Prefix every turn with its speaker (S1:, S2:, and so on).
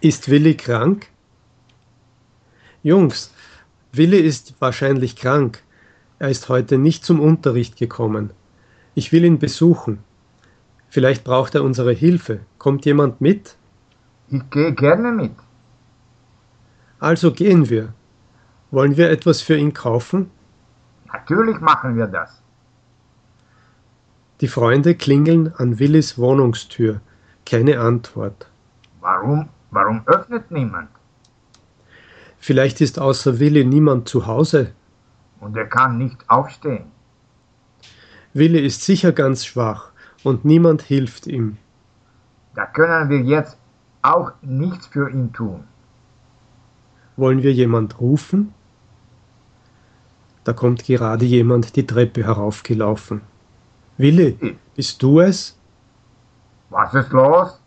S1: Ist Willi krank? Jungs, Willi ist wahrscheinlich krank. Er ist heute nicht zum Unterricht gekommen. Ich will ihn besuchen. Vielleicht braucht er unsere Hilfe. Kommt jemand mit?
S2: Ich gehe gerne mit.
S1: Also gehen wir. Wollen wir etwas für ihn kaufen?
S2: Natürlich machen wir das.
S1: Die Freunde klingeln an Willis Wohnungstür. Keine Antwort.
S2: Warum? Warum öffnet niemand?
S1: Vielleicht ist außer Willi niemand zu Hause.
S2: Und er kann nicht aufstehen.
S1: Willi ist sicher ganz schwach und niemand hilft ihm.
S2: Da können wir jetzt auch nichts für ihn tun.
S1: Wollen wir jemand rufen? Da kommt gerade jemand die Treppe heraufgelaufen. Willi, bist du es?
S2: Was ist los?